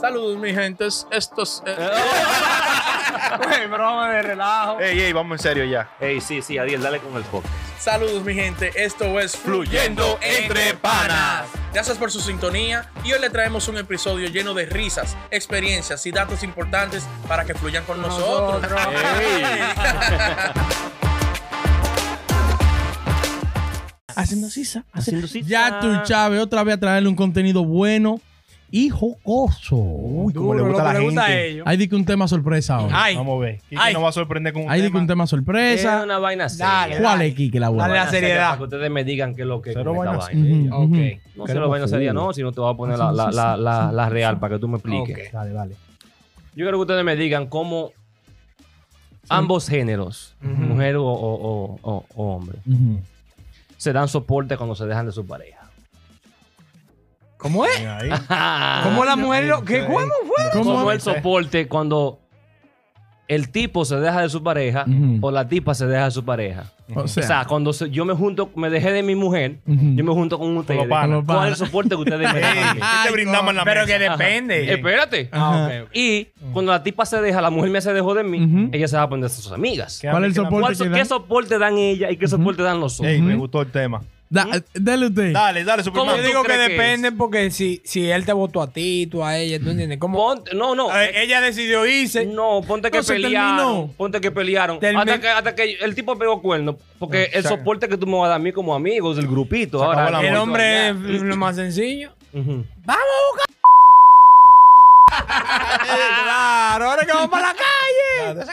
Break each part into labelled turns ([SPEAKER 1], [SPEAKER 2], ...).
[SPEAKER 1] Saludos, mi gentes. Estos. eh,
[SPEAKER 2] ¿Eh? Güey, Pues, broma de relajo.
[SPEAKER 3] Ey, ey, vamos en serio ya.
[SPEAKER 4] Eh, Ey, sí, sí, Adiel, dale con el podcast.
[SPEAKER 1] Saludos, mi gente. Esto es
[SPEAKER 3] Fluyendo Entre Panas.
[SPEAKER 1] Gracias por su sintonía y hoy le traemos un episodio lleno de risas, experiencias y datos importantes para que fluyan con nosotros. Haciendo sisa.
[SPEAKER 4] Haciendo sisa.
[SPEAKER 1] Ya tú, Chávez, otra vez a traerle un contenido bueno y jocoso.
[SPEAKER 3] Uy, como le gusta a la gente.
[SPEAKER 2] ellos.
[SPEAKER 1] Hay di que un tema sorpresa ahora.
[SPEAKER 2] Ay,
[SPEAKER 3] Vamos a ver. ¿Quién
[SPEAKER 2] Ay.
[SPEAKER 3] nos va a sorprender con un
[SPEAKER 1] Hay di que
[SPEAKER 3] tema?
[SPEAKER 1] un tema
[SPEAKER 4] Esa
[SPEAKER 1] sorpresa.
[SPEAKER 4] es una vaina seria.
[SPEAKER 2] Eh, Dale, dale.
[SPEAKER 1] ¿Cuál es Kike la
[SPEAKER 2] Dale
[SPEAKER 1] buena?
[SPEAKER 2] la
[SPEAKER 4] Una seria
[SPEAKER 2] seriedad.
[SPEAKER 4] Para que ustedes me digan qué es lo que es
[SPEAKER 3] Cero
[SPEAKER 4] con esta
[SPEAKER 3] vainas
[SPEAKER 4] vaina.
[SPEAKER 1] Ujú,
[SPEAKER 2] Ok.
[SPEAKER 1] ujú.
[SPEAKER 4] No se lo vaina seria, no, sino te voy a poner la, la, la, la, la real para que tú me expliques.
[SPEAKER 2] Ok.
[SPEAKER 3] Dale, dale.
[SPEAKER 4] Yo quiero que ustedes me digan cómo ambos géneros, mujer o, o- o- o- o hombre,
[SPEAKER 1] Ujú.
[SPEAKER 4] se dan soporte cuando se dejan de su pareja.
[SPEAKER 2] ¿Cómo es?
[SPEAKER 3] Ahí.
[SPEAKER 2] ¿Cómo la mujer lo.? ¿Qué,
[SPEAKER 3] Ahí.
[SPEAKER 2] ¿Cómo fue?
[SPEAKER 1] ¿Cómo
[SPEAKER 4] ¿Cómo
[SPEAKER 1] es?
[SPEAKER 4] el soporte cuando el tipo se deja de su pareja
[SPEAKER 1] Ujú.
[SPEAKER 4] o la tipa se deja de su pareja?
[SPEAKER 1] O
[SPEAKER 4] O sea,
[SPEAKER 1] sea,
[SPEAKER 4] cuando se- yo me junto, me dejé de mi mujer,
[SPEAKER 1] Ujú.
[SPEAKER 4] yo me junto con ustedes.
[SPEAKER 3] panas.
[SPEAKER 1] Con los
[SPEAKER 4] ¿Cuál es el
[SPEAKER 1] panas.
[SPEAKER 4] soporte que ustedes me dan? a mí?
[SPEAKER 3] Ey, ¿qué te brindamos en la
[SPEAKER 2] Pero
[SPEAKER 3] mesa?
[SPEAKER 2] que depende.
[SPEAKER 4] Espérate.
[SPEAKER 2] Ah, ok, ok.
[SPEAKER 4] Y cuando la tipa se deja, la mujer me se dejó de mí,
[SPEAKER 1] Ujú.
[SPEAKER 4] ella se va a poner a sus amigas.
[SPEAKER 3] ¿Qué
[SPEAKER 1] ¿Cuál es el
[SPEAKER 3] que la-
[SPEAKER 1] soporte?
[SPEAKER 4] ¿Cuál so-
[SPEAKER 1] que
[SPEAKER 4] ¿Qué
[SPEAKER 1] dan?
[SPEAKER 4] soporte dan ella y qué soporte dan los otros?
[SPEAKER 3] Ey, me gustó el tema.
[SPEAKER 1] da- dale usted.
[SPEAKER 3] Dale, dale,
[SPEAKER 4] ¿Cómo
[SPEAKER 2] Yo
[SPEAKER 3] Superman.
[SPEAKER 4] tú
[SPEAKER 2] digo que Mm.
[SPEAKER 4] crees que
[SPEAKER 2] depende
[SPEAKER 4] es?
[SPEAKER 2] porque si, si él te votó a ti, tú a ella, ¿tú entiendes? ¿Cómo?
[SPEAKER 4] Ponte- no, no.
[SPEAKER 2] A ver, ella decidió irse.
[SPEAKER 4] No, ponte que
[SPEAKER 1] No, se
[SPEAKER 4] pelearon.
[SPEAKER 1] terminó.
[SPEAKER 4] Ponte que pelearon.
[SPEAKER 2] Termin-
[SPEAKER 4] Hasta que, hasta que el tipo pegó cuerno. Porque
[SPEAKER 1] Ah,
[SPEAKER 4] el
[SPEAKER 3] Exacto.
[SPEAKER 4] soporte que tú me vas a dar a mí como amigo del grupito.
[SPEAKER 3] Se acabó
[SPEAKER 4] Ahora,
[SPEAKER 3] la
[SPEAKER 2] El
[SPEAKER 3] vuelto
[SPEAKER 2] hombre es lo más sencillo.
[SPEAKER 4] Ujú.
[SPEAKER 2] Ah, claro, ahora que vamos para la calle.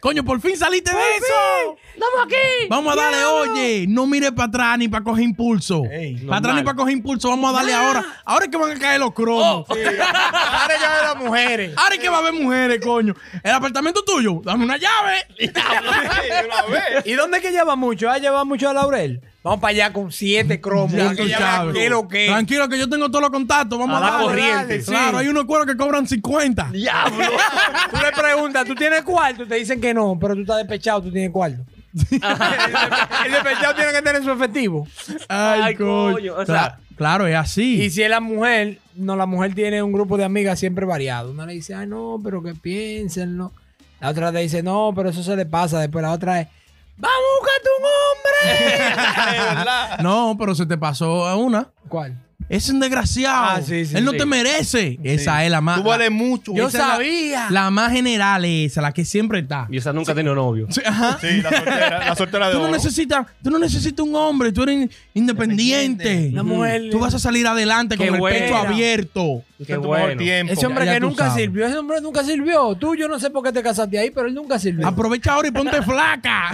[SPEAKER 1] Coño, por fin saliste de eso.
[SPEAKER 2] Estamos aquí.
[SPEAKER 1] Vamos a darle, oye, no mire para atrás ni para coger impulso.
[SPEAKER 3] Ey,
[SPEAKER 1] para atrás ni
[SPEAKER 4] normal.
[SPEAKER 1] para coger impulso, vamos a darle ahora. Ahora es que van a caer los cromos.
[SPEAKER 2] Ahora ya de las mujeres.
[SPEAKER 1] Ahora es que va a haber mujeres, coño. El apartamento tuyo, dame una llave.
[SPEAKER 2] ¿Y dónde es que lleva mucho? ¿Ah, lleva mucho a Laurel? Vamos para allá con siete cromos.
[SPEAKER 1] Ya
[SPEAKER 2] Ya
[SPEAKER 1] tú
[SPEAKER 2] que
[SPEAKER 1] sabes.
[SPEAKER 2] ¿Qué lo que?
[SPEAKER 1] Tranquilo, que yo tengo todos los contactos. Vamos
[SPEAKER 4] A
[SPEAKER 1] a,
[SPEAKER 4] la
[SPEAKER 1] darle.
[SPEAKER 4] corriente.
[SPEAKER 1] Claro, hay unos cueros que cobran 50.
[SPEAKER 4] ¡Diablo!
[SPEAKER 2] Tú le preguntas, ¿tú tienes cuarto? Te dicen que no, pero tú estás despechado, tú tienes cuarto. el despechado tiene que tener su efectivo.
[SPEAKER 1] Ay,
[SPEAKER 4] Ay,
[SPEAKER 1] coño.
[SPEAKER 4] coño, o
[SPEAKER 1] Cla-
[SPEAKER 4] sea-
[SPEAKER 1] claro, es así.
[SPEAKER 2] Y si es la mujer, no, la mujer tiene un grupo de amigas siempre variado. Una le dice, ay, no, pero que piénsenlo. La otra le dice, no, pero eso se le pasa. Después la otra es, vamos a buscarte un hombre.
[SPEAKER 1] No, pero se te pasó a una.
[SPEAKER 2] ¿Cuál?
[SPEAKER 1] Es un desgraciado.
[SPEAKER 2] Ah, sí, sí,
[SPEAKER 1] Él no
[SPEAKER 4] sí.
[SPEAKER 1] te merece. Esa es la más.
[SPEAKER 3] Tú vales mucho.
[SPEAKER 1] Ah, Yo
[SPEAKER 2] Yo
[SPEAKER 1] Esa es la-
[SPEAKER 3] Ah.
[SPEAKER 2] sabía.
[SPEAKER 1] la, la más general es esa, la que siempre está.
[SPEAKER 4] y esa nunca ha tenido novio.
[SPEAKER 1] Sí, ajá.
[SPEAKER 3] Sí, la soltera, la soltera de
[SPEAKER 1] Tú no
[SPEAKER 3] oro.
[SPEAKER 1] necesitas, tú no necesitas un hombre, tú eres in- independiente.
[SPEAKER 2] La mujer.
[SPEAKER 1] Tú vas a salir adelante
[SPEAKER 4] Qué
[SPEAKER 1] con el
[SPEAKER 4] buena.
[SPEAKER 1] pecho abierto.
[SPEAKER 3] Tú
[SPEAKER 4] Qué
[SPEAKER 3] estás en tu mejor
[SPEAKER 4] bueno.
[SPEAKER 3] tiempo.
[SPEAKER 2] Ese hombre
[SPEAKER 1] Ya- ya
[SPEAKER 2] que
[SPEAKER 1] tú
[SPEAKER 2] nunca
[SPEAKER 1] sabes.
[SPEAKER 2] sirvió, ese hombre nunca sirvió. Tú, yo no sé por qué te casaste ahí, pero él nunca sirvió.
[SPEAKER 1] Aprovecha ahora y ponte flaca.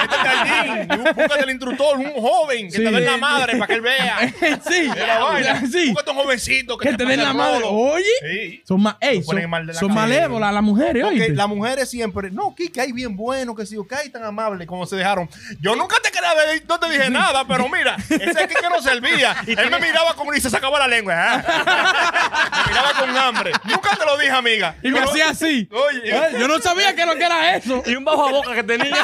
[SPEAKER 3] Métete al gym. y Este Búscate el instructor, un joven, que
[SPEAKER 1] Sí.
[SPEAKER 3] te dé la madre para que él vea.
[SPEAKER 1] sí,
[SPEAKER 3] Es la vaina.
[SPEAKER 1] sí.
[SPEAKER 3] Búscate un jovencito que,
[SPEAKER 1] Que te den
[SPEAKER 3] pase
[SPEAKER 1] la
[SPEAKER 3] el
[SPEAKER 1] madre.
[SPEAKER 3] rolo.
[SPEAKER 1] Oye,
[SPEAKER 3] Sí.
[SPEAKER 1] son, ma- ey,
[SPEAKER 3] Lo
[SPEAKER 1] son,
[SPEAKER 3] ponen mal de la
[SPEAKER 1] son
[SPEAKER 3] cabeza.
[SPEAKER 1] malévolas las mujeres,
[SPEAKER 3] Porque
[SPEAKER 1] oíste.
[SPEAKER 3] las mujeres siempre, no, Kike, hay bien bueno, que sí, que hay tan amable como se dejaron. Yo nunca te quería ver, no te dije nada, pero mira, ese Kike no servía. Él me miraba como y se sacaba la lengua. ¿ah? me miraba con hambre. Nunca te lo dije, amiga.
[SPEAKER 1] Y me
[SPEAKER 3] Pero-
[SPEAKER 1] hacía así.
[SPEAKER 3] Oye,
[SPEAKER 1] Yo no sabía que lo que era eso.
[SPEAKER 4] Y un bajo a boca que tenía.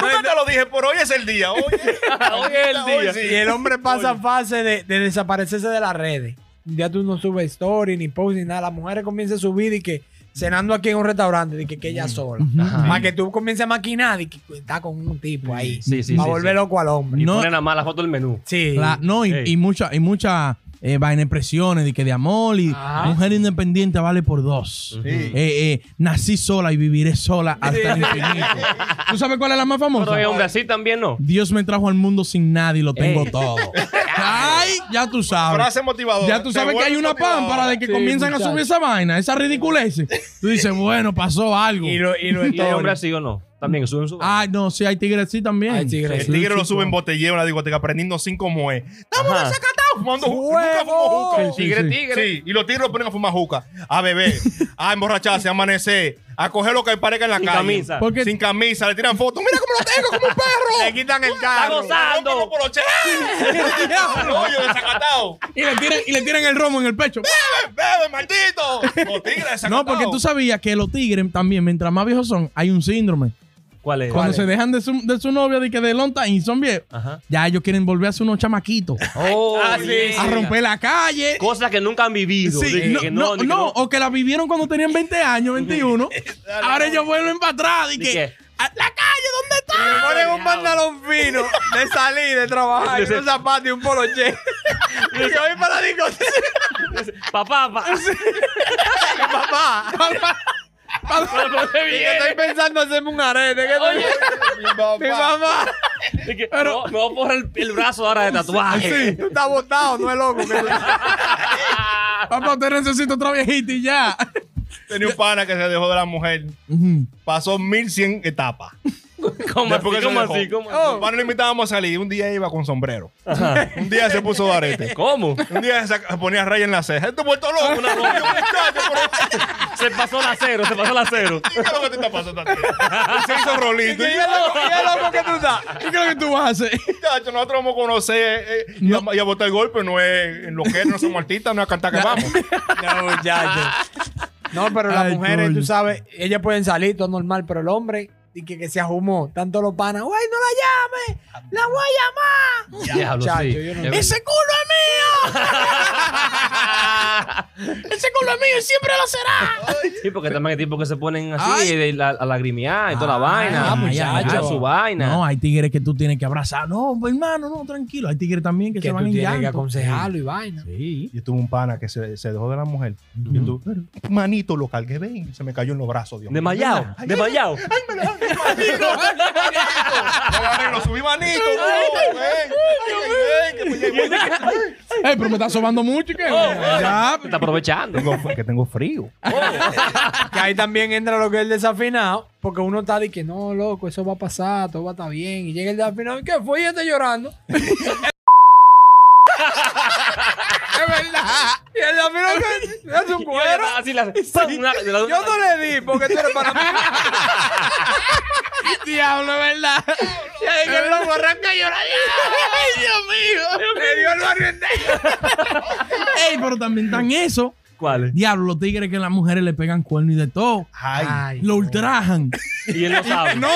[SPEAKER 3] nunca te lo dije, pero hoy es el día. Hoy,
[SPEAKER 4] Hoy es el día.
[SPEAKER 3] sí.
[SPEAKER 2] Y el hombre pasa fase de, de desaparecerse de las redes. Ya tú no subes story, ni post, ni nada. Las mujeres comienzan a subir y que cenando aquí en un restaurante, de que, que ella sola.
[SPEAKER 1] Ajá.
[SPEAKER 2] Para que tú comiences a maquinar y que está con un tipo ahí.
[SPEAKER 4] Sí, sí,
[SPEAKER 2] Para
[SPEAKER 4] sí,
[SPEAKER 2] volver
[SPEAKER 4] sí.
[SPEAKER 2] loco al hombre.
[SPEAKER 4] Y
[SPEAKER 1] No.
[SPEAKER 4] ponen a mala foto del menú.
[SPEAKER 2] Sí.
[SPEAKER 1] La- no, y,
[SPEAKER 4] Ey.
[SPEAKER 1] y mucha, y mucha eh, vaina impresiones de que de amor y
[SPEAKER 2] Ajá.
[SPEAKER 1] mujer independiente vale por dos. Eh, eh, nací sola y viviré sola hasta el infinito. ¿Tú sabes cuál es la más
[SPEAKER 4] Pero
[SPEAKER 1] famosa?
[SPEAKER 4] es hombre así también, ¿no?
[SPEAKER 1] Dios me trajo al mundo sin nadie y lo tengo
[SPEAKER 2] Eh.
[SPEAKER 4] Ey.
[SPEAKER 1] todo. Ay, ya tú sabes.
[SPEAKER 3] Frase motivadora.
[SPEAKER 1] Ya tú
[SPEAKER 3] Te
[SPEAKER 1] sabes que hay
[SPEAKER 3] vuelves
[SPEAKER 1] una
[SPEAKER 3] motivadora.
[SPEAKER 1] pámpara de que
[SPEAKER 2] Sí,
[SPEAKER 1] comienzan a
[SPEAKER 2] muchacho.
[SPEAKER 1] subir esa vaina, esa ridiculez. Tú dices, bueno, pasó algo.
[SPEAKER 2] Y lo, y lo
[SPEAKER 4] Y hay
[SPEAKER 2] story.
[SPEAKER 4] hombre así o no. También suben su.
[SPEAKER 1] Ay, no, sí, hay tigres sí también.
[SPEAKER 2] Hay tigres.
[SPEAKER 3] El tigre lo
[SPEAKER 1] sí,
[SPEAKER 3] sube en
[SPEAKER 1] sí.
[SPEAKER 3] botellero en la discoteca, prendiendo cinco moes. Estamos
[SPEAKER 4] Ajá.
[SPEAKER 3] desacatados fumando ju- nunca fumó
[SPEAKER 2] ¡Huevo!
[SPEAKER 3] juca.
[SPEAKER 4] El tigre,
[SPEAKER 1] Sí, sí.
[SPEAKER 4] tigre.
[SPEAKER 3] Sí, y los tigres lo ponen a fumar juca, a beber, a emborracharse, a amanecer, a coger lo que parezca en la
[SPEAKER 4] Sin
[SPEAKER 3] calle.
[SPEAKER 4] camisa.
[SPEAKER 1] Porque-
[SPEAKER 3] Sin camisa, le tiran fotos. Mira cómo lo tengo, como un perro. Le quitan el
[SPEAKER 4] carro. Está gozando.
[SPEAKER 3] Por los Oye, desacatado.
[SPEAKER 1] Y le tiran, y le tiran el romo en el pecho.
[SPEAKER 3] Bebe, bebe, maldito. Los tigres desacatados.
[SPEAKER 1] No, porque tú sabías que los tigres también, mientras más viejos son, hay un síndrome.
[SPEAKER 4] ¿Cuál es?
[SPEAKER 2] ¿Cuál
[SPEAKER 1] Cuando se
[SPEAKER 2] es?
[SPEAKER 1] dejan de su, de su novia, de que de long time, y son viejos,
[SPEAKER 4] Ajá.
[SPEAKER 1] ya ellos quieren volver a ser unos chamaquitos.
[SPEAKER 4] Oh,
[SPEAKER 3] ah, sí,
[SPEAKER 4] bien.
[SPEAKER 1] a romper la calle.
[SPEAKER 4] Cosas que nunca han vivido.
[SPEAKER 1] Sí,
[SPEAKER 4] de que-
[SPEAKER 1] no,
[SPEAKER 4] que
[SPEAKER 1] no,
[SPEAKER 4] de que
[SPEAKER 1] no, o que la vivieron cuando tenían 20 años, 21. ahora ellos vuelven para atrás. Y
[SPEAKER 4] ¿De
[SPEAKER 1] que,
[SPEAKER 4] qué?
[SPEAKER 1] "¿A la calle, ¿dónde está?
[SPEAKER 2] Me ponen un pantalón fino de salir, de trabajar, y unos zapatos y un poloche. Y yo voy para la discoteca.
[SPEAKER 4] Papá, papá.
[SPEAKER 2] Papá,
[SPEAKER 4] Pero, pero, ¿qué
[SPEAKER 2] que
[SPEAKER 4] viene?
[SPEAKER 2] estoy pensando hacerme un arete. ¿qué tal?
[SPEAKER 3] Mi papá.
[SPEAKER 2] Mi mamá,
[SPEAKER 4] De que, no, me voy a poner el, el brazo ahora de tatuaje.
[SPEAKER 2] tú estás botado, no es loco. que tú-
[SPEAKER 1] Papá, usted necesita otra viejita y ya.
[SPEAKER 3] Tenía un pana que se dejó de la mujer.
[SPEAKER 1] Ujú.
[SPEAKER 3] Pasó 1100 etapas.
[SPEAKER 4] ¿Cómo así?
[SPEAKER 3] Después que se
[SPEAKER 4] ¿Cómo
[SPEAKER 3] dejó.
[SPEAKER 4] así? ¿Cómo
[SPEAKER 2] Oh.
[SPEAKER 4] así?
[SPEAKER 3] Un pana lo invitábamos a salir. Un día iba con sombrero.
[SPEAKER 4] Ajá.
[SPEAKER 3] Un día se puso de arete.
[SPEAKER 4] ¿Cómo?
[SPEAKER 3] Un día se saca- ponía raya en la ceja. Esto vuelto loco. Una
[SPEAKER 4] Se pasó la cero, se pasó la cero.
[SPEAKER 3] ¿Qué es lo que te está pasando a ti? Y Se hizo rolito. Y
[SPEAKER 1] ¿Qué crees que tú vas a hacer?
[SPEAKER 3] Muchachos, nosotros vamos a conocer eh, y, a, y a botar el golpe, no es en lo que es, no somos artistas, no es a cantar que vamos.
[SPEAKER 2] No, muchachos. No, pero las
[SPEAKER 1] Ay,
[SPEAKER 2] mujeres,
[SPEAKER 1] coño.
[SPEAKER 2] tú sabes, ellas pueden salir, todo normal, pero el hombre, y que, que se ajumó, tanto los panas, güey, no la llames, la voy a llamar.
[SPEAKER 4] Diablo,
[SPEAKER 2] Chacho,
[SPEAKER 4] sí.
[SPEAKER 2] yo no-
[SPEAKER 4] Es-
[SPEAKER 1] ¡Ese culo es mío! ¡Ese culo es mío y siempre lo será!
[SPEAKER 4] Sí, porque también hay tipos que se ponen
[SPEAKER 1] Ay.
[SPEAKER 4] así de la- a lagrimear y toda la vaina.
[SPEAKER 1] Ah,
[SPEAKER 4] a
[SPEAKER 1] muchacho.
[SPEAKER 4] su vaina.
[SPEAKER 1] No, hay tigres que tú tienes que abrazar. No, hermano, no, tranquilo. Hay tigres también que,
[SPEAKER 2] Que
[SPEAKER 1] se
[SPEAKER 2] tú
[SPEAKER 1] van en
[SPEAKER 2] tienes que
[SPEAKER 1] llanto.
[SPEAKER 2] aconsejarlo y vaina.
[SPEAKER 1] Sí.
[SPEAKER 3] Yo tuve un pana que se, se dejó de la mujer. Yo tuve, un manito lo cargué, ven, se me cayó en los brazos, Dios mío.
[SPEAKER 4] Desmayado, desmayado.
[SPEAKER 3] ¡Ay, me lo manito! Me agarré, lo subí manito, no, ven. Ay, ven, que me llevo-
[SPEAKER 1] Ey, pero me está sobando mucho. ¿y ¿qué?
[SPEAKER 2] Oh,
[SPEAKER 1] ya, pues,
[SPEAKER 4] Te está aprovechando.
[SPEAKER 3] Tengo fr- que tengo frío.
[SPEAKER 2] Que ahí también entra lo que es el desafinado, porque uno está de que no, loco, eso va a pasar, todo va a estar bien. Y llega el desafinado, ¿y ¿qué fue? Y está llorando. es verdad. Y el desafinado que es un
[SPEAKER 4] Y ella
[SPEAKER 2] cuero.
[SPEAKER 4] está Así la, ¡pam! una- de la-
[SPEAKER 2] Yo no le di porque tú eres para mí.
[SPEAKER 1] diablo, ¿verdad?
[SPEAKER 2] Y ahí que el loco arranca a llorar.
[SPEAKER 1] ¡Ay, Dios mío!
[SPEAKER 2] Le dio el barrio entero.
[SPEAKER 1] Ey, pero también están eso.
[SPEAKER 4] ¿Cuál?
[SPEAKER 1] Diablo, los tigres que las mujeres le pegan cuerno y de todo.
[SPEAKER 3] Ay.
[SPEAKER 1] Lo ultrajan.
[SPEAKER 4] Y él no sabe.
[SPEAKER 1] No,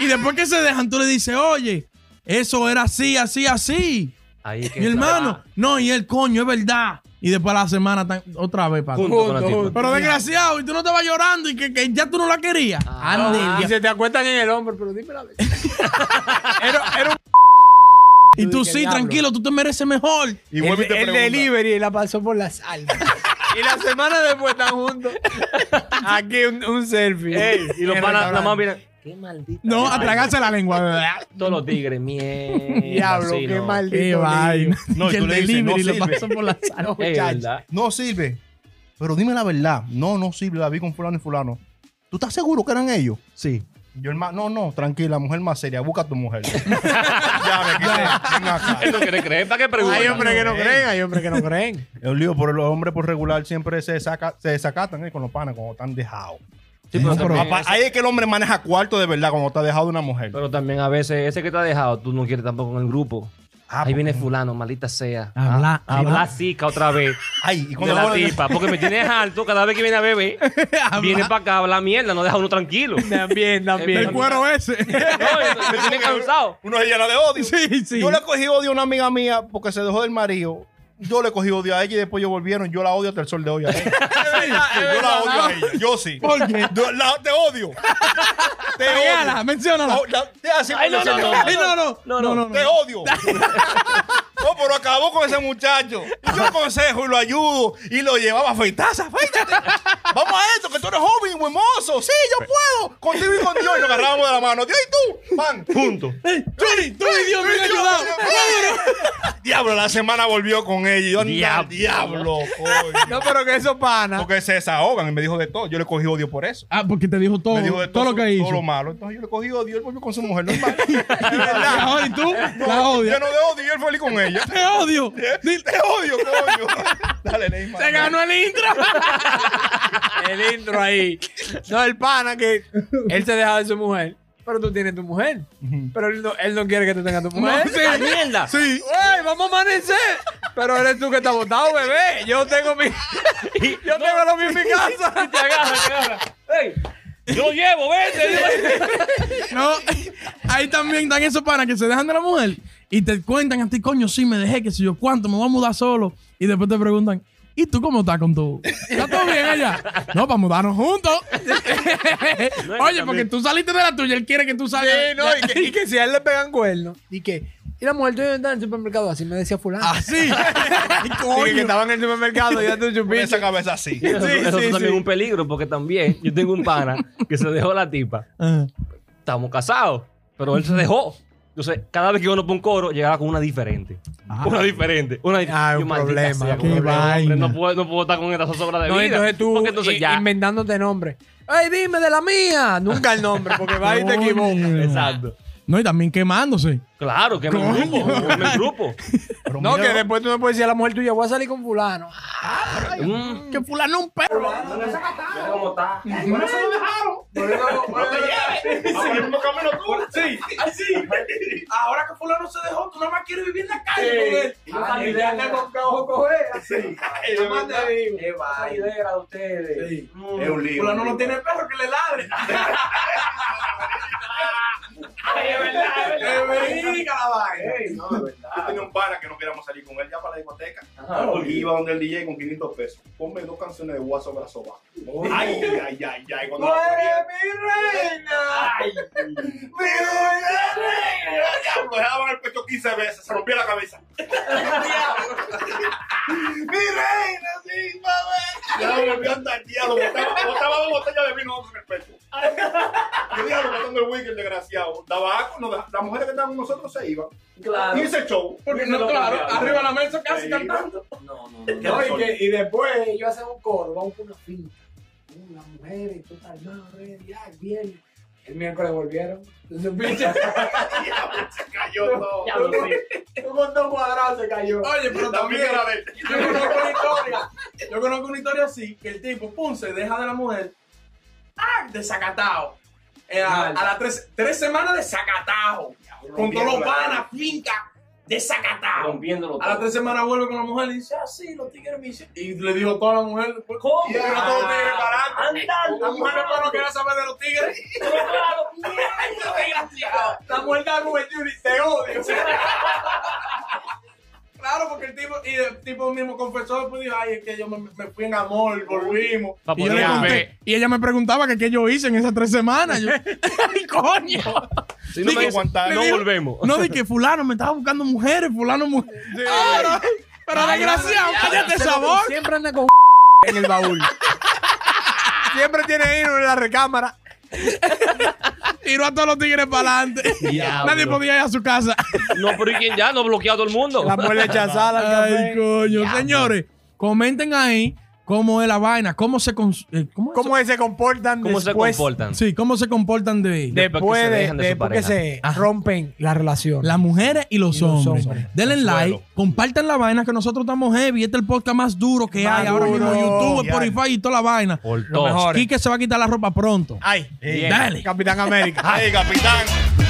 [SPEAKER 1] y después que se dejan, tú le dices, oye, eso era así, así, así.
[SPEAKER 4] Ahí es que
[SPEAKER 1] Mi
[SPEAKER 4] está.
[SPEAKER 1] hermano, no, y el coño, es verdad. Y después a la semana tan- otra vez, para
[SPEAKER 4] Junto con la
[SPEAKER 2] Junto,
[SPEAKER 4] tipa.
[SPEAKER 2] junto.
[SPEAKER 1] Pero desgraciado, y tú no estabas llorando y que, que ya tú no la querías.
[SPEAKER 4] Ah,
[SPEAKER 1] Ande,
[SPEAKER 2] Ah, Y se te acuestan en el hombro, pero dime la verdad. era, era un...
[SPEAKER 1] Y tú
[SPEAKER 2] Qué
[SPEAKER 1] sí,
[SPEAKER 2] diablo.
[SPEAKER 1] tranquilo, tú te mereces mejor.
[SPEAKER 3] Y vuelve y
[SPEAKER 2] el,
[SPEAKER 3] te
[SPEAKER 2] el
[SPEAKER 3] pregunta,
[SPEAKER 2] delivery la pasó por las almas. y la semana después están juntos. Aquí un, un selfie.
[SPEAKER 4] Ey, y los
[SPEAKER 2] En
[SPEAKER 4] panas
[SPEAKER 2] el
[SPEAKER 4] nada más miran. Qué maldita.
[SPEAKER 1] No,
[SPEAKER 4] vaina.
[SPEAKER 1] atragarse la lengua. ¿verdad?
[SPEAKER 4] Todos los tigres, mierda.
[SPEAKER 2] Diablo,
[SPEAKER 4] sí,
[SPEAKER 2] qué
[SPEAKER 4] no.
[SPEAKER 2] maldito.
[SPEAKER 1] Qué
[SPEAKER 2] lío.
[SPEAKER 1] vaina.
[SPEAKER 3] No, tú
[SPEAKER 1] Y el
[SPEAKER 3] le dices,
[SPEAKER 1] delivery
[SPEAKER 3] no
[SPEAKER 1] lo
[SPEAKER 3] sirve.
[SPEAKER 1] pasó por la sala.
[SPEAKER 4] Es verdad.
[SPEAKER 3] No sirve. Pero dime la verdad. No, no sirve. La vi con fulano y fulano. ¿Tú estás seguro que eran ellos? Sí. Yo, hermano, no, no, tranquila, mujer más seria, busca a tu mujer. ya me quité. Ven acá.
[SPEAKER 4] Él no quiere creer. ¿Para qué pregunta?
[SPEAKER 2] Hay hombres que no creen, hay hombres que no creen.
[SPEAKER 3] Es un lío, pero los hombres por regular siempre se, saca, se desacatan eh, con los panas cuando están dejados.
[SPEAKER 4] Sí, pero,
[SPEAKER 1] No, pero-
[SPEAKER 4] también,
[SPEAKER 3] Papá, ahí es que el hombre maneja cuarto de verdad cuando está dejado de una mujer.
[SPEAKER 4] pero también a veces ese que te ha dejado, tú no quieres tampoco en el grupo.
[SPEAKER 3] Ah,
[SPEAKER 4] Ahí viene
[SPEAKER 3] porque-
[SPEAKER 4] fulano, maldita sea.
[SPEAKER 1] Habla-
[SPEAKER 4] Ah,
[SPEAKER 1] habla.
[SPEAKER 4] habla zica otra vez.
[SPEAKER 3] Ay, y
[SPEAKER 4] de
[SPEAKER 3] cuando
[SPEAKER 4] la
[SPEAKER 3] hablan-
[SPEAKER 4] tipa, porque me tienes alto cada vez que viene a beber. viene para acá, habla mierda, no deja uno tranquilo. No,
[SPEAKER 2] También,
[SPEAKER 1] El
[SPEAKER 4] también.
[SPEAKER 1] cuero ese.
[SPEAKER 4] me, me tiene cansado.
[SPEAKER 3] Uno se llena de odio.
[SPEAKER 1] sí, sí.
[SPEAKER 3] Yo le cogí odio a una amiga mía porque se dejó del marido. Yo le cogí odio a ella y después ellos volvieron. Yo la odio hasta el sol de hoy. a ella. yo la odio a ella. Yo sí.
[SPEAKER 1] ¿Por qué?
[SPEAKER 3] Yo la- te odio. Te
[SPEAKER 1] Pégala,
[SPEAKER 3] odio.
[SPEAKER 1] menciónala.
[SPEAKER 3] No, la- te así
[SPEAKER 4] Ay, no, no,
[SPEAKER 3] comenzando.
[SPEAKER 1] Ay, no, no.
[SPEAKER 4] No, no.
[SPEAKER 3] Te odio. No, pero acabó con ese muchacho. Y Yo consejo y lo ayudo y lo llevaba a afeitarse. Afeítate. Vamos a esto, que tú eres joven, buen mozo. Sí, yo puedo. Contigo y con Dios. Y nos agarrábamos de la mano. Dios y tú. Pan. Punto.
[SPEAKER 1] Chuli, tú y Dios me han ayudado.
[SPEAKER 3] Diablo, la semana volvió con ella. y Yo,
[SPEAKER 4] Diablo.
[SPEAKER 3] diablo, diablo coño.
[SPEAKER 2] No, pero que eso pana.
[SPEAKER 3] Porque se desahogan y me dijo de todo. Yo le cogí odio por eso.
[SPEAKER 1] Ah, porque te dijo todo,
[SPEAKER 3] me dijo de
[SPEAKER 1] todo lo
[SPEAKER 3] su-
[SPEAKER 1] que hizo.
[SPEAKER 3] Todo lo malo. Entonces yo le cogí odio. Él volvió con su mujer normal.
[SPEAKER 1] Y ahora, ¿Y tú? La
[SPEAKER 3] yo
[SPEAKER 1] odias.
[SPEAKER 3] no le odio y él feliz con ella.
[SPEAKER 1] Te odio. Dile-
[SPEAKER 3] Te odio, coño. Dale, Neymar.
[SPEAKER 1] Te ganó el intro.
[SPEAKER 2] El intro ahí. No, el pana que él se deja de su mujer. Pero tú tienes tu mujer. Pero él no, él no quiere que tú tengas tu mujer.
[SPEAKER 1] sí.
[SPEAKER 4] ¡Ah, mierda!
[SPEAKER 1] Sí.
[SPEAKER 2] ¡Ey, vamos a amanecer! Pero eres tú que estás botado, bebé. Yo tengo mi. Yo tengo lo mío en mi casa.
[SPEAKER 4] Te agarra, te agarra. ¡Ey!
[SPEAKER 5] Yo lo llevo, vete.
[SPEAKER 1] No, ahí también están esos panas que se dejan de la mujer y te cuentan a ti, coño, sí, me dejé, que si yo cuánto, me voy a mudar solo. Y después te preguntan, ¿y tú cómo estás con tu? ¿Está todo bien allá? No, para mudarnos juntos. Oye, porque tú saliste de la tuya, él quiere que tú salgas.
[SPEAKER 6] Sí, no, y que-
[SPEAKER 2] y que si a él le pegan cuerno. Y que. Y la mujer tuya está en el supermercado, así me decía fulano.
[SPEAKER 1] Así. Ay,
[SPEAKER 2] Sí, que
[SPEAKER 1] coño.
[SPEAKER 2] estaba en el supermercado y ya tú
[SPEAKER 6] Con
[SPEAKER 2] chupiste.
[SPEAKER 6] esa cabeza así.
[SPEAKER 4] Eso,
[SPEAKER 2] Sí,
[SPEAKER 4] eso
[SPEAKER 2] sí,
[SPEAKER 4] también es
[SPEAKER 2] sí.
[SPEAKER 4] un peligro porque también yo tengo un pana que se dejó la tipa.
[SPEAKER 1] Ah.
[SPEAKER 4] Estamos casados, pero él se dejó. Entonces, cada vez que uno pone un coro, llegaba con una diferente. Una diferente. Una diferente.
[SPEAKER 2] Ah,
[SPEAKER 4] Yo,
[SPEAKER 2] un
[SPEAKER 4] maldita
[SPEAKER 2] problema,
[SPEAKER 4] sea,
[SPEAKER 2] qué
[SPEAKER 4] como que, hombre,
[SPEAKER 1] vaina.
[SPEAKER 4] No puedo, no puedo estar con esta sobra de
[SPEAKER 2] No,
[SPEAKER 4] vida.
[SPEAKER 2] entonces tú
[SPEAKER 4] Porque entonces
[SPEAKER 2] i-
[SPEAKER 4] ya.
[SPEAKER 2] inventándote nombre. ¡Ey, dime de la mía! Nunca el nombre, porque va y te equivocas.
[SPEAKER 1] Coño.
[SPEAKER 4] Exacto.
[SPEAKER 1] No, y también quemándose.
[SPEAKER 4] Claro, que me
[SPEAKER 1] Coño.
[SPEAKER 4] grupo. quema el grupo.
[SPEAKER 6] Pero
[SPEAKER 2] No,
[SPEAKER 6] mira,
[SPEAKER 2] que después tú me puedes decir Pues a la mujer tuya, voy a salir con fulano.
[SPEAKER 4] Mm.
[SPEAKER 1] Que fulano es un perro.
[SPEAKER 4] ¿Cómo está?
[SPEAKER 7] Ahora que fulano se dejó, tú nada más quieres vivir en la calle con él.
[SPEAKER 8] Ah, ni idea que con cojo coger. Así.
[SPEAKER 7] Nada más te digo.
[SPEAKER 8] Qué
[SPEAKER 7] Esa
[SPEAKER 8] vaina.
[SPEAKER 7] idea era de ustedes.
[SPEAKER 8] Sí.
[SPEAKER 7] Mm. Es un lío.
[SPEAKER 8] Fulano no tiene perro que le ladre.
[SPEAKER 7] Ay, es verdad, es
[SPEAKER 8] Que
[SPEAKER 7] verdad.
[SPEAKER 8] me diga la vaina.
[SPEAKER 7] Ey, no, es
[SPEAKER 3] Yo
[SPEAKER 7] verdad.
[SPEAKER 3] tenía un pana que no queríamos salir con él ya para la discoteca.
[SPEAKER 7] Ajá.
[SPEAKER 3] Y iba donde el DJ con 500 pesos. Ponme dos canciones de Guaso Brazo Bajo. Ay, ay, ay, ay. Cuando
[SPEAKER 8] Tú
[SPEAKER 3] la
[SPEAKER 8] eres
[SPEAKER 3] ponía,
[SPEAKER 8] mi reina.
[SPEAKER 3] ay,
[SPEAKER 8] Mi reina.
[SPEAKER 3] diablo, dejaban el pecho 15 veces, se rompía la cabeza.
[SPEAKER 8] Mi reina, sí, mamá.
[SPEAKER 3] Ya me volví hasta el diablo, botaba, botaba dos botellas de vino otro en el pecho. Yo diablo, matando el weekend, desgraciado. Daba asco, no, las mujeres que estaban con nosotros se iban.
[SPEAKER 7] Claro.
[SPEAKER 3] Y ese show.
[SPEAKER 7] Porque no, claro, arriba la mesa casi cantando.
[SPEAKER 8] No, no, no. No, y, que, y después ellos hacen un coro, vamos por una finca. Uh, Las mujeres, tú estás armado, ready, ay, bien. El miércoles volvieron. Entonces, pinche,
[SPEAKER 3] Diablo, se cayó todo.
[SPEAKER 7] Ya lo sé.
[SPEAKER 8] un montón cuadrado se cayó.
[SPEAKER 7] Oye, pero
[SPEAKER 3] También
[SPEAKER 7] también.
[SPEAKER 3] era de él.
[SPEAKER 7] Yo conozco una historia. Yo conozco una historia así, que el tipo, pum, se deja de la mujer. ¡Ah! Desacatado. Eh, a, a las tres, tres semanas desacatado. Con todos los panas, finca, desacatado.
[SPEAKER 4] Rompiéndolo
[SPEAKER 7] A las tres semanas vuelve con la mujer y dice, ah, sí, los tigres me hicieron. Y le dijo toda la mujer, pues, ¿cómo?
[SPEAKER 3] Ya.
[SPEAKER 7] Pero todos los tigres para adelante.
[SPEAKER 8] Andan,
[SPEAKER 7] La mujer no no quería saber de los tigres. Ay, qué desgraciada.
[SPEAKER 8] La muerte de Rubén Junior, te odio.
[SPEAKER 7] Claro, porque el tipo, y el tipo mismo confesó después dijo, ay, es que yo me, me fui en amor, volvimos.
[SPEAKER 4] Pa'
[SPEAKER 1] Y, yo le
[SPEAKER 4] poner a
[SPEAKER 1] conté-
[SPEAKER 4] ver.
[SPEAKER 1] y ella me preguntaba que qué yo hice en esas tres semanas. Yo, ¡Ay, coño!
[SPEAKER 4] Si no
[SPEAKER 1] Digo,
[SPEAKER 6] aguantar,
[SPEAKER 4] me aguantar,
[SPEAKER 1] le
[SPEAKER 4] no
[SPEAKER 1] digo-
[SPEAKER 4] volvemos.
[SPEAKER 1] No, de que fulano me estaba buscando mujeres, fulano mujeres. Ahora, pero desgraciado, cállate esa boca.
[SPEAKER 2] Siempre anda con en el baúl. Siempre tiene hilo en la recámara.
[SPEAKER 1] Tiró a todos los tigres para adelante.
[SPEAKER 4] Diablo.
[SPEAKER 1] Nadie podía ir a su casa.
[SPEAKER 4] No, pero ¿y quién ya? No ha bloqueado a todo el mundo.
[SPEAKER 2] La mujer rechazada al café.
[SPEAKER 1] Ay, coño. Señores, comenten ahí cómo es la vaina, cómo se... cons- eh, ¿Cómo, es
[SPEAKER 2] ¿Cómo se comportan
[SPEAKER 4] ¿Cómo se
[SPEAKER 2] después,
[SPEAKER 4] comportan?
[SPEAKER 1] eso? Sí, cómo se comportan de...
[SPEAKER 4] De-
[SPEAKER 2] después
[SPEAKER 4] Después que se
[SPEAKER 2] de,
[SPEAKER 4] dejan de su
[SPEAKER 2] después que
[SPEAKER 4] pareja.
[SPEAKER 2] se
[SPEAKER 1] Ajá.
[SPEAKER 2] rompen la relación?
[SPEAKER 1] Las mujeres y los,
[SPEAKER 2] Y los
[SPEAKER 1] hombres.
[SPEAKER 2] hombres.
[SPEAKER 1] Denle
[SPEAKER 6] Consuelo.
[SPEAKER 1] like, compartan la vaina que nosotros estamos heavy. Este es el podcast más duro que
[SPEAKER 2] Más
[SPEAKER 1] hay ahora mismo.
[SPEAKER 2] duro.
[SPEAKER 1] YouTube,
[SPEAKER 6] Ya.
[SPEAKER 1] Spotify y toda la vaina.
[SPEAKER 4] Por
[SPEAKER 2] Lo
[SPEAKER 4] todo.
[SPEAKER 2] mejor.
[SPEAKER 1] Quique se va a quitar la ropa pronto.
[SPEAKER 6] Ay,
[SPEAKER 1] Dale.
[SPEAKER 2] Capitán América.
[SPEAKER 6] ay, capitán.